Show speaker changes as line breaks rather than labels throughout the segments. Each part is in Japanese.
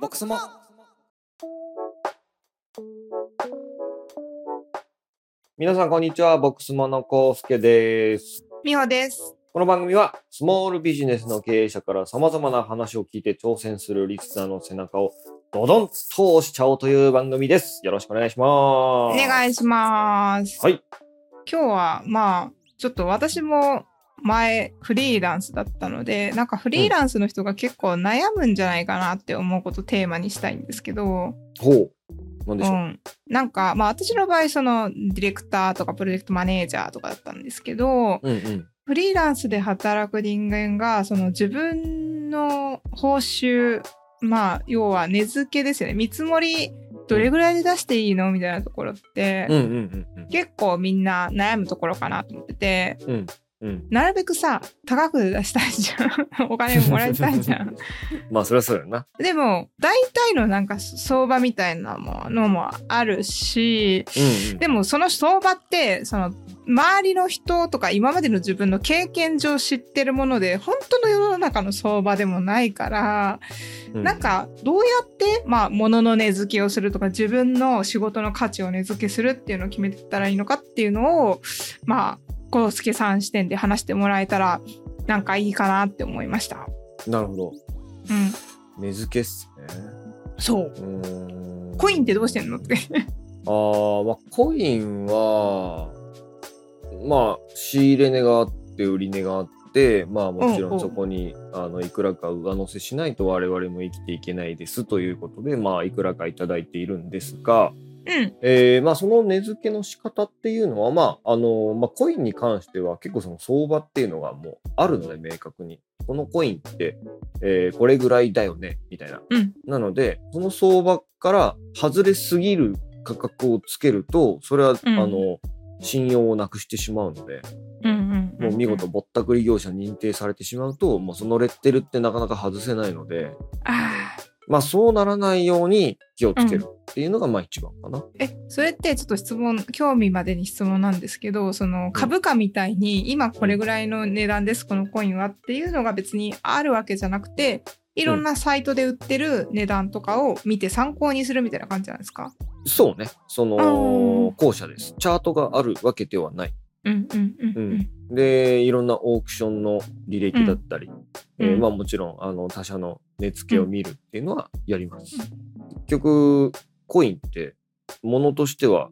ボックスも
皆さん、こんにちは。ボックスモノコウスケです。
みほです。
この番組は、スモールビジネスの経営者から様々な話を聞いて挑戦するリスナーの背中をドドンと通しちゃおうという番組です。よろしくお願いし
お
ます。
願いします。
はい。
今日はまあちょっと私も前フリーランスだったのでなんかフリーランスの人が結構悩むんじゃないかなって思うことをテーマにしたいんですけど、
ほう。なんで
う
しょう。
ん、なんかまあ私の場合そのディレクターとかプロジェクトマネージャーとかだったんですけど
うんうん。
フリーランスで働く人間がその自分の報酬まあ要は値付けですよね見積もりどれぐらいで出していいのみたいなところって、
うんうんうん
結構みんな悩むところかなと思ってて
うん。うんうん。
なるべくさ高く出したいじゃんお金もらいたいじゃん
まあ、それはそうやな。
でも大体のなんか相場みたいなものもあるし
うん、うん。
でもその相場ってその周りの人とか今までの自分の経験上知ってるもので本当の世の中の相場でもないから
うん
なん、かどうやってまあ物の値付けをするとか自分の仕事の価値を値付けするっていうのを決めてったらいいのかっていうのをまあコウスケさん視点で話してもらえたらなんかいいかなって思いました。
なるほど。
うん、
根付けっすね。
そう
うーん。
コインってどうしてんのって。
あー、まあ、コインは、まあ、仕入れ値があって、売り値があって、まあ、もち
うんう
ろん
ん
そこに、あのいくらか上乗せしないと我々も生きていけないですということで、まあ、いくらかいただいているんですが、
うん、
えーまあ、その値付けの仕方っていうのは、まああのまあ、コインに関しては結構その相場っていうのがもうあるので、明確に。このコインって、えーこれぐらいだよね、みたいな。
うん
なので、その相場から外れすぎる価格をつけると、それは、
うん
あの信用をなくしてしまうので、
うんうん
もう見事ぼったくり業者に認定されてしまうと、もうそのレッテルってなかなか外せないので、
あー
まあそうならないように気をつけるっていうのがまあ一番かな。
えそれってちょっと質問興味までに質問なんですけどその株価みたいに今これぐらいの値段ですこのコインはっていうのが別にあるわけじゃなくていろんなサイトで売ってる値段とかを見て参考にするみたいな感じなんですか
そうね。その、
あー
後者です。チャートがあるわけではない。
うんうんうんうん
で、いろんなオークションの履歴だったり、えーまあもちろん、あの、他社の値付けを見るっていうのはやります。結局、コインって、ものとしては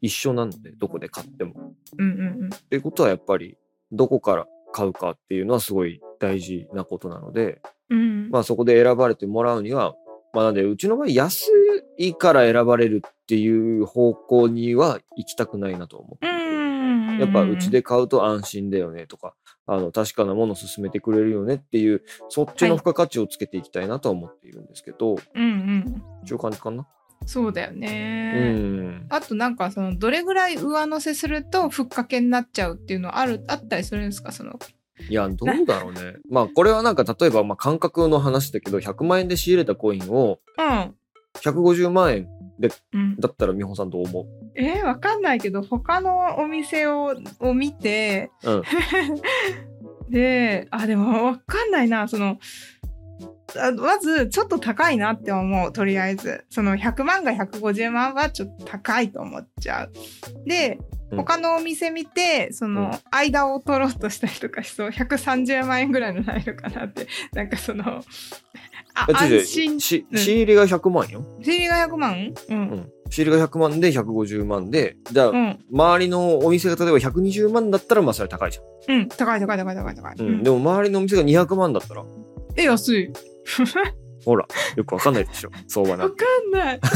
一緒なので、どこで買っても。
うんうん
っていうことはやっぱり、どこから買うかっていうのはすごい大事なことなので、
うんうん
まあそこで選ばれてもらうには、まあなんで、うちの場合安いから選ばれるっていう方向には行きたくないなと思う。
うん
やっぱうちで買うと安心だよねとか、あの確かなものを勧めてくれるよねっていう、そっちの付加価値をつけていきたいなとは思っているんですけど、
うんうん
そういう感じかな。
そうだよ
う
ね
ん。
あとなんかそのどれぐらい上乗せするとふっかけになっちゃうっていうのあるあったりするんですかその
いや、どうだろうね。まあこれはなんか例えばまあ感覚の話だけど、100万円で仕入れたコインを
うん
150万円
うん
だったら美穂さんどう思う
えー、わかんないけど他のお店をを見て
うん。
であでもわかんないなそのあまずちょっと高いなって思うとりあえずその100万が150万はちょっと高いと思っちゃうで
うん
他のお店見てその間を取ろうとしたりとかしそう130万円ぐらいのないのかなって なんかそのあ
え違う違う
安心仕
し
うん
仕入れが100万よ。
入れが100万うん
うん仕入れが100万で150万で、じゃあ、
うん
周りのお店が例えば120万だったら、まあそれは高いじゃ
うん高い高い高い高い高い、
ん。
う
うん
ん
でも周りのお店が200万だったら、
え安い
ほら、よくわかんないでしょ。相場な
わ
んて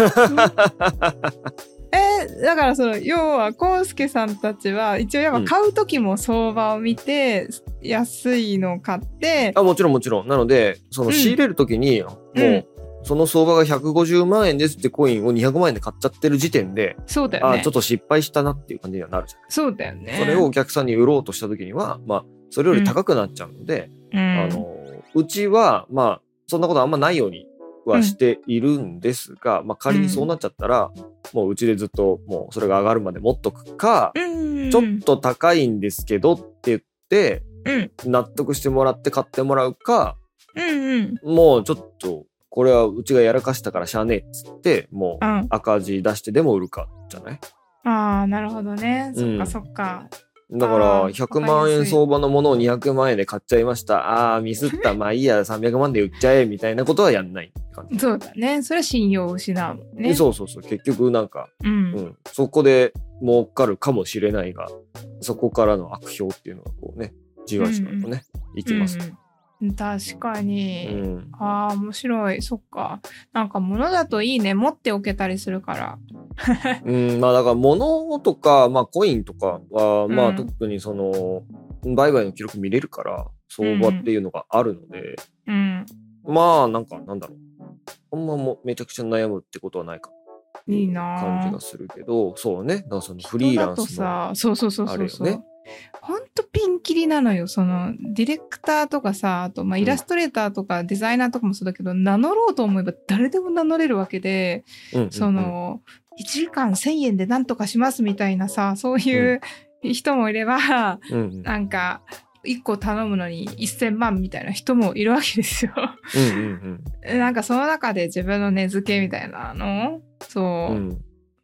かんない。 えーだからその要はコウスケさんたちは一応やっぱ買う時も相場を見て、安いのを買って
あ、もちろんもちろん。なので、その
うん
仕入れるときに、もう、
うん
その相場が150万円ですってコインを200万円で買っちゃってる時点で、
そうだよ
あ
ね
ちょっと失敗したなっていう感じにはなるじゃ
そうだよね
ん。それをお客さんに売ろうとしたときには、まあ、それより高くなっちゃうので、
うん
あの、うちは、まあ、そんなことあんまないようにはしているんですが、まあ仮にそうなっちゃったら、もううちでずっと、もうそれが上がるまで持っとくか、
うん
ちょっと高いんですけどって言って、
うん
納得してもらって買ってもらうか、
うんうん
もうちょっとこれはうちがやらかしたからしゃあねえっつっても
う。
うん赤字出してでも売るかじゃない
ああ、なるほどね。そっ
うん
かそっか。
だから
あー
100万
わかりや
円
すい
相場のものを200万円で買っちゃいましたあーミスったまあいいや300万で売っちゃえみたいなことはやんないって感じ、
そうだね。それは信用を失うもんね。
そうそうそう結局なんか、
う。ん。
うん、そこで儲かるかもしれないがそこからの悪評っていうのがこうねじわじわとね、いきますと、
うんうん確か
う
に。
ん
ああ、面白い。そっか。なんか物だといいね。持っておけたりするから。
うんまあだから物とか、まあ、コインとかは、ま
う
あ
ん
特にその売買の記録見れるから相場っていうのがあるので、
うん。
まあなんかなんだろうほんまもうめちゃくちゃ悩むってことはないか
いいなー
感じがするけどそうねだからそのフリーラン
人
スの
だとさ、そうそうそうそうそう。
あれよね
ほんとピンキリなのよ。その、ディレクターとかさ、あと、まあ、
うん
イラストレーターとかデザイナーとかもそうだけど、名乗ろうと思えば誰でも名乗れるわけで、
うんうんうん
その、1時間1000円でなんとかしますみたいなさ、そういう人もいれば、
うんうん
なんか、1個頼むのに1000万みたいな人もいるわけですよ。
うんうん
なんかその中で自分の根付けみたいなの
う
そう、
んうん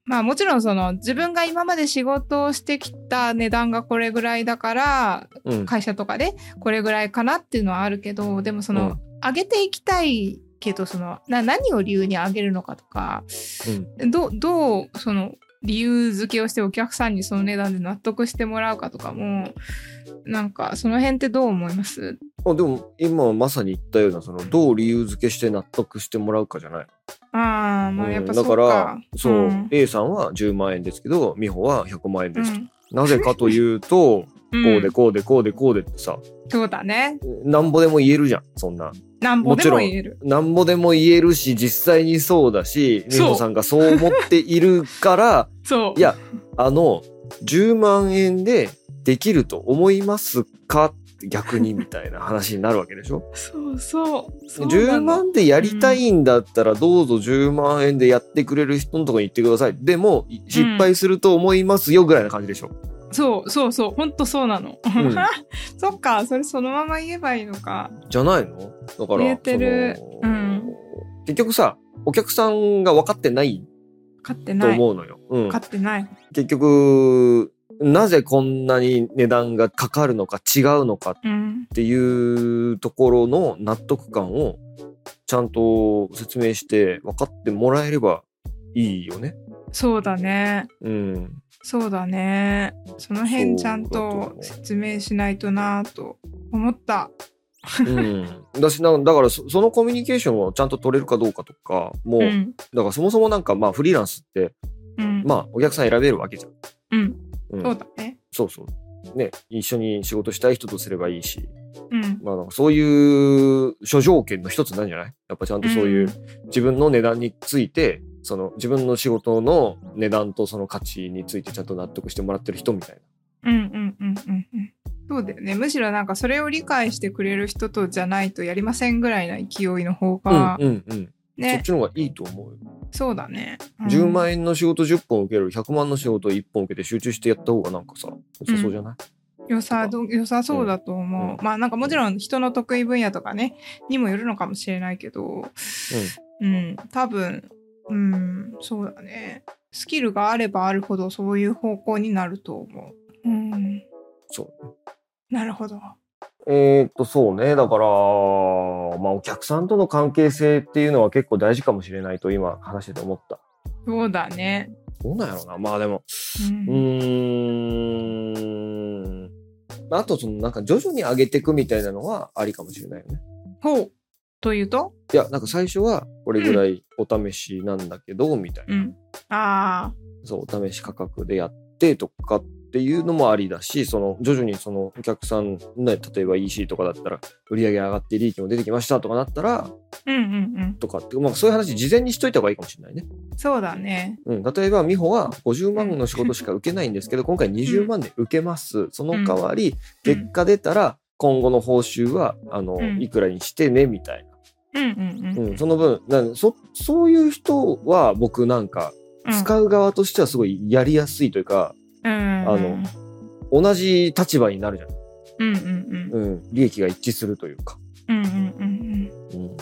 まあもちろんその自分が今まで仕事をしてきた値段がこれぐらいだから
うん
会社とかでこれぐらいかなっていうのはあるけどでもその、上げていきたいけどそのな何を理由に上げるのかとか、どうどうその理由付けをしてお客さんにその値段で納得してもらうかとかもなんかその辺ってどう思います
あでも今まさに言ったようなそのどう理由付けして納得してもらうかじゃない
ああまあやっぱ
うん
そ
だか
うか、
らそう、
うん
A さんは10万円ですけど美穂は100万円
う
ですと、
ん
なぜかというと
うん
こうでこうでこうでこうでってさ
そうだね。
なんぼでも言えるじゃんそんな
なんぼでも言える。
なんぼでも言えるし実際にそうだし美
そう
穂さんがそう思っているから
そう。
いやあの10万円でできると思いますか逆にみたいな話になるわけでしょ
そうそう。そうなの
10万でやりたいんだったらどうぞ10万円でやってくれる人のとこに行ってくださいでもい失敗すると思いますよぐらいな感じでしょ、
そうそうそう。ほんとそうなの。
ん
そっか、それそのまま言えばいいのか。
じゃないのだから
言えてる
その
うん
結局さお客さんが分かってない
買って
と
ない。
思うのよ、うん、
買ってない。
結局なぜこんなに値段がかかるのか違うのかっ
うん。
ていうところの納得感をちゃんと説明して分かってもらえればいいよね。
そうだね。
うん、
そうだね。その辺ちゃん
そうだと
と
思う
説明しないとなぁと思った。
うん、だしなだからそそのコミュニケーションをちゃんと取れるかどうかとかもう、
うん。
だからそもそもなんかまあフリーランスって
うん。
まあお客さん選べるわけじゃん。
うん。
うん、
そうだね。
そうそうね一緒に仕事したい人とすればいいし、
うん。
まあ、なんかそういう諸条件の一つなんじゃないやっぱちゃんとそういう自分の値段についてその自分の仕事の値段とその価値についてちゃんと納得してもらってる人みたい
うんうんうんうんうん。そうだよね。むしろなんかそれを理解してくれる人とじゃないとやりませんぐらいな勢いの方
な
が、
うんうんうんそっ
ね、
ちの方がいいと思うよ、
そうだね。うん
10万円の仕事10本受ける100万の仕事1本受けて集中してやった方がなんかさ良さそうじゃない、
良さど良さそうだと思う、
う
まあなんかもちろん人の得意分野とかねにもよるのかもしれないけどうん、多分うんそうだねスキルがあればあるほどそういう方向になると思ううん
そう
なるほど
えーっとそうねだから、まあ、お客さんとの関係性っていうのは結構大事かもしれないと今話してて思った
そうだね
どうなんやろうなまあでも
うん
うーん。あと、その、なんか徐々に上げていくみたいなのはありかもしれないよね。
ほうというと
いや、なんか最初はこれぐらいお試しなんだけど、みたいうな。
んああ
そう、お試し価格でやってとかっていうのもありだし、その、徐々にそのお客さん、ね、例えば EC とかだったら、売り上げ上がって利益も出てきましたとかなったら、
うんうんうん
とかって、まあそういう話事前にしといた方がいいかもしれないね。
そうだね
うん、例えば美穂は50万の仕事しか受けないんですけど今回20万で受けますその代わり
うん
結果出たら今後の報酬はあの
うん
いくらにしてねみたい
うんうん
な、
うん
うん、その分なんそそういう人は僕なんか
う
使う側としてはすごいやりやすいというか
あ
あの同じ立場になるじゃ
うんうんう
ん、
ん
うん、利益が一致するというか、
うんうんうんうん
うん、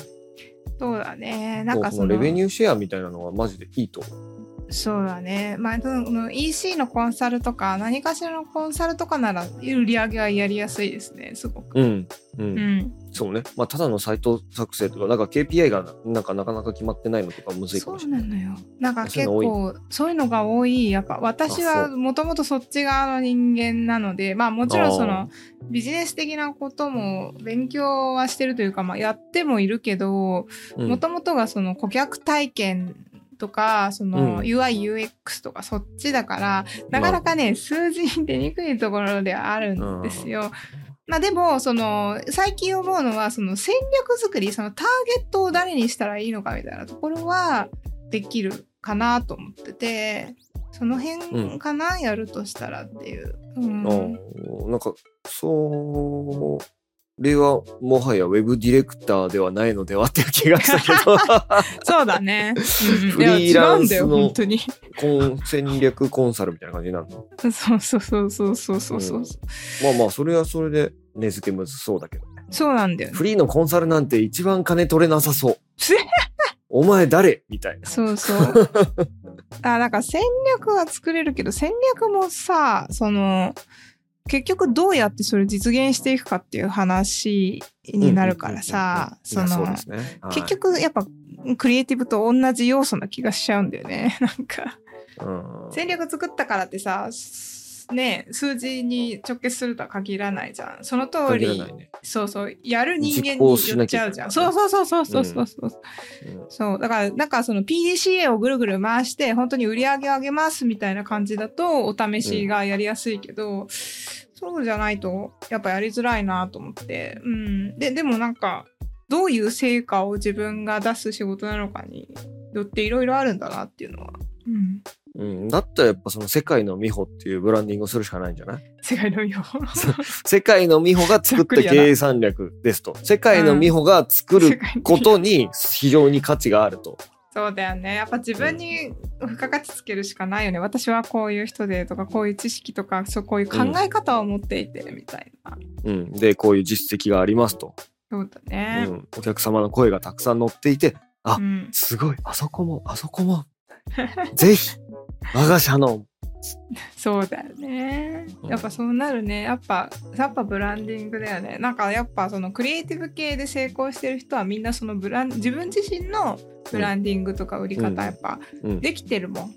そうだね。なんか
そ
そ
のレ
の、
ベニューシェアみたいなのはマジでいいと思う。
そうだね。まあ、その EC のコンサルとか、何かしらのコンサルとかなら、売り上げはやりやすいですね、すごく。
うん、う、
うんん。
そうね。まあただのサイト作成とか、なんか KPI がなんかなかなか決まってないのとかむずいか
そ
もし
う
れな。
ないのよ。なんか
そうい
結
うの多い
構、そういうのが多い。やっぱ私
あ
は
そ
もともとそっち側の人間なので、まあもちろんそ
あ
のビジネス的なことも勉強はしてるというか、まあやってもいるけど、
うん
もともとがその顧客体験とか、その
うん
UIUX とかそっちだから、なかなかね、数字に出にくいところではあるんですよ。まあでも、その、最近思うのは、その戦略作り、そのターゲットを誰にしたらいいのかみたいなところは、できるかなと思ってて、その
う
辺かな、やるとしたらっていう。うん
あーなんかそれはもはやウェブディレクターではないのではっていう気がしたけど
そうだね。うん
フリーランスの
いや違うんだよ、本当に。
こん戦略コンサルみたいな感じになるの
そうそうそうそうそうそうそう。
うんまあまあそれはそれで根付けむずそうだけどね
そうなんだよね。
フリーのコンサルなんて一番金取れなさそうお前誰みたいな
そ うそう。あなんか戦略は作れるけど戦略もさその結局どうやってそれを実現していくかっていう話になるからさ
うん
そ
うんうんうんいや
の
そうですね、はい
結、局やっぱクリエイティブと同じ要素な気がしちゃうんだよね なんか
うん
戦略作ったからってさね数字に直結するとは限らないじゃんその通
限ら
り
ないね
そうそうやる人間
実行
に
し
よっ
な
ち
きゃ
ゃ
いうけ
じ
ないね
ゃんそうそうそうそうそうそうそう
うん
そう。だから、なんかその PDCA をぐるぐる回して、本当に売り上げを上げますみたいな感じだと、お試しがやりやすいけど、そうじゃないと、やっぱやりづらいなと思って。うん。で、でもなんか、どういう成果を自分が出す仕事なのかによっていろいろあるんだなっていうのは。うん。
うん、だったらやっぱその世界の美穂っていうブランディングをするしかないんじゃない
世界のよう。
世界の美穂が作った経営戦略ですと。世界の美穂が作
世
る
界の
こ
よう
とに非常に価値があると。
そうだよね。やっぱ自分に付加価値つけるしかないよね。私はこういう人でとか、こういう知識とか、そうこういう考え方を持っていて、みたいな。
うん、で、こういう実績がありますと、
そうだ
う
ね。
ん。お客様の声がたくさん乗っていて、あ
うん
すごい、あそこも、あそこも。 ぜひ、我が社の。
そうだよね
うん
やっぱそうなるねやっぱやっぱブランディングだよねなんかやっぱそのクリエイティブ系で成功してる人はみんなそのブラン自分自身のブランディングとか売り
うん
方やっぱ
うん、
できてるもん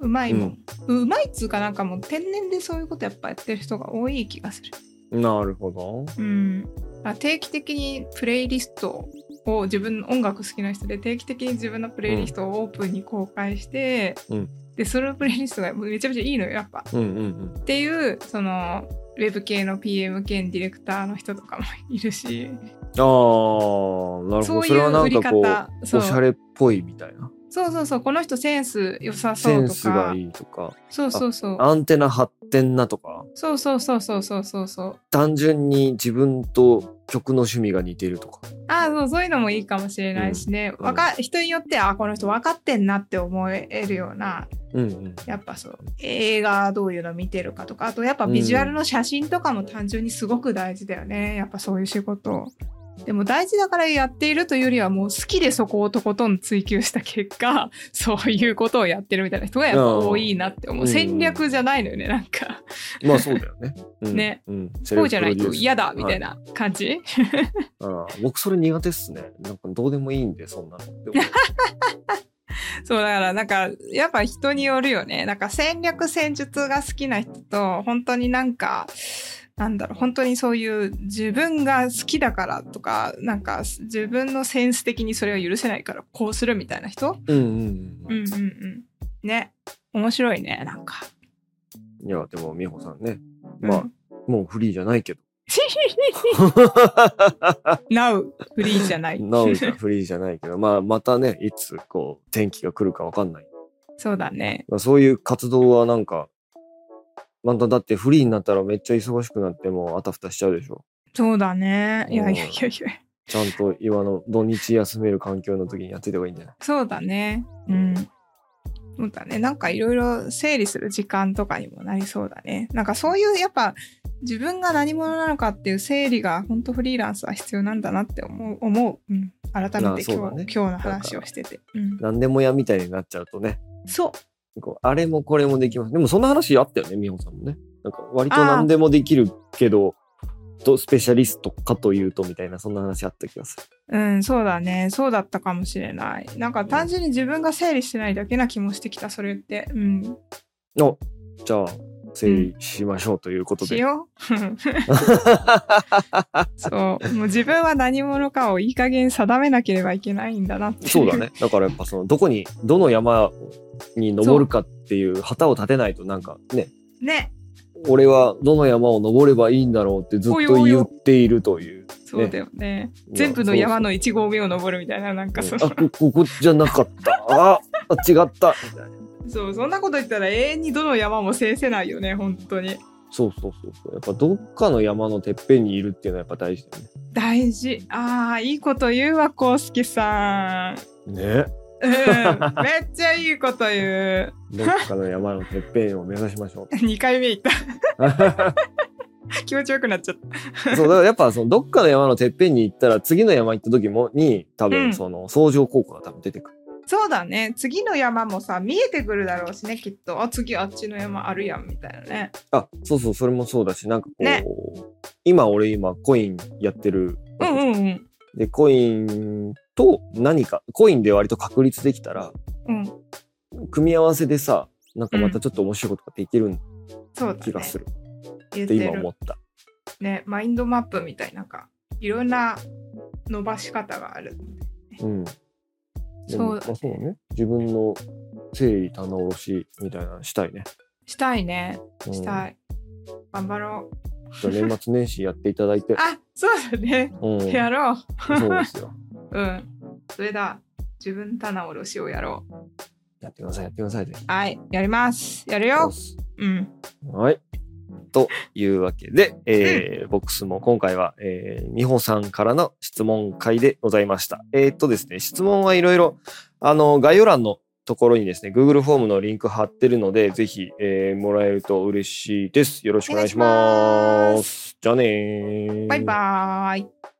うまいもん、うまいっつうかなんかもう天然でそういうことやっぱやってる人が多い気がする
なるほど。
うんあ定期的にプレイリストを自分の音楽好きな人で定期的に自分のプレイリストをオープンに公開して、
うん
でそのプレイリストがめちゃめちゃいいのよやっぱ
うんうんうん。
っていうそのウェブ系の PM 兼ディレクターの人とかもいるし
あー、なるほ
そ
ど。
う
そ
い
れは
う
な
売
ん
り
かこ
方
う、
そう
おしゃれっぽいみたいな。
そうそうそうこの人センス良さ
セ
そう
ン
と
ス
か
がいいとか、
そうそうそう
アンテナ張ってんなとか。
そうそうそうそうそうそうそう
単純に自分と曲の趣味が似てるとか。
ああそうそういうのもいいかもしれないしね、
うん
わか人によってはあこの人分かってんなって思えるような
うんうん。
やっぱそう映画どういうの見てるかとかあとやっぱビジュアルの写真とかも単純にすごく大事だよね、やっぱそういう仕事でも大事だからやっているというよりはもう好きでそこをとことん追求した結果 そういうことをやってるみたいな人がやっぱ多いなって思
う
うん戦略じゃないのよねなんか
まあそうだよね。 うん、
ね
うん。
こうじゃない
セルフプロデュ
と
ース
嫌だみたい。な感じ、
はいああ僕それ苦手っすね。なんかどうでもいいんで、そんなのって 思う。
そうだからなんかやっぱ人によるよねなんか戦略戦術が好きな人と本当になんかなんだろう本当にそういう自分が好きだからとかなんか自分のセンス的にそれを許せないからこうするみたいな人
うんうん
う
うんん
うんうんね面白いねなんか
うん。いや、でも美穂さんね。
う ん
まあ、もうフリーじゃないけど。
Now フリーじゃない
なおじゃフリーじゃないけど、まあまたね、いつこう、天気が来るかわかんない。
そうだね
まあそういう活動はなんか、まただってフリーになったらめっちゃ忙しくなってもうあたふたしちゃうでしょ。
そうだねいやいやいやいや
ちゃんと今の土日休める環境の時にやってた方がいいんじゃない
そうだねうんそうだねなんかいろいろ整理する時間とかにもなりそうだねなんかそういうやっぱ自分が何者なのかっていう整理が本当フリーランスは必要なんだなって思う思う、うん、改めて
ま
今
あ
日,、
そうだね
今日の話をしてて、うん、
何でも屋みたいになっちゃうとね、
そう
こうあれもこれもできます。でもそんな話あったよね、美穂さんもね。なんか割と何でもできるけど、とスペシャリストかというとみたいな、そんな話あった気がする。
うん、そうだね。そうだったかもしれない。なんか単純に自分が整理してないだけな気もしてきた、それって。うん。
おじゃあ、整理しましょうということ
し
で。
よ う。そう。もう自分は何者かをいい加減定めなければいけないんだなってい
そうだ。ね。だからやっぱその、どこに、どの山に登るかっていう旗を立てないと、なんかね、
ね。
俺はどの山を登ればいいんだろうってずっと言っているという。
そうだよね。
いや
全部の山の1合目を登るみたいな、なんかそ
そうそう
の、そ
あこここじゃなかった。あ あ違った。みたいな
うそんなこと言ったら永遠にどの山も制せないよね、本当に。
そうそうそうそう。やっぱどっかの山のてっぺんにいるっていうのはやっぱ大事だよ
大事。ああ、いいこと言うわ、こうすけさん。
ね。ね
うん。めっちゃいいこと言う。
どっかの山のてっぺんを目指しましょ
2回目行 った。気持ちよくなっちゃった。
う。そうだからやっぱそのどっかの山のてっぺんに行ったら次の山行った時もに多
うん
分その相乗効果が多分出てくる。
そうだね。次の山もさ、見えてくるだろうしね、きっと。あ、次あっちの山あるやん、みたいなね。
あそうそうそれもそうだしなんかこう、
ね
今俺今コインやってる。
うんうんうん。
でコインと何かコインで割と確立できたら
うん、
組み合わせでさなんかまたちょっと面白いことができる
そうだ
気が
ね
す。る
言
って
っ
て今
る
思った。
ね。マインドマップみたいな、なんか、いろんな伸ばし方がある。
うん。で
そ
も
うだ
まあ、そうだね。自分の整理棚卸しみたいなのしたいね。
したいね。
うん
したい。頑張ろう。
じゃあ年末年始やっていただいて。
あ、そうだね。
うん。そう
やろう。
ですよ。
うん。それだ。自分棚卸しをやろう。
やってください、やってください。ぜひ
はい。やります。やるよ。うん。
はい。というわけで、えーボックスも今回は、えー、美穂さんからの質問会でございました。えーっとですね、質問はいろいろ、あの、概要欄のところにですね、Google フォームのリンク貼ってるので、ぜひ、えーもらえると嬉しいです。よろしくお願いし
お願
ま。
いします
じゃあねー。
バイバーイ。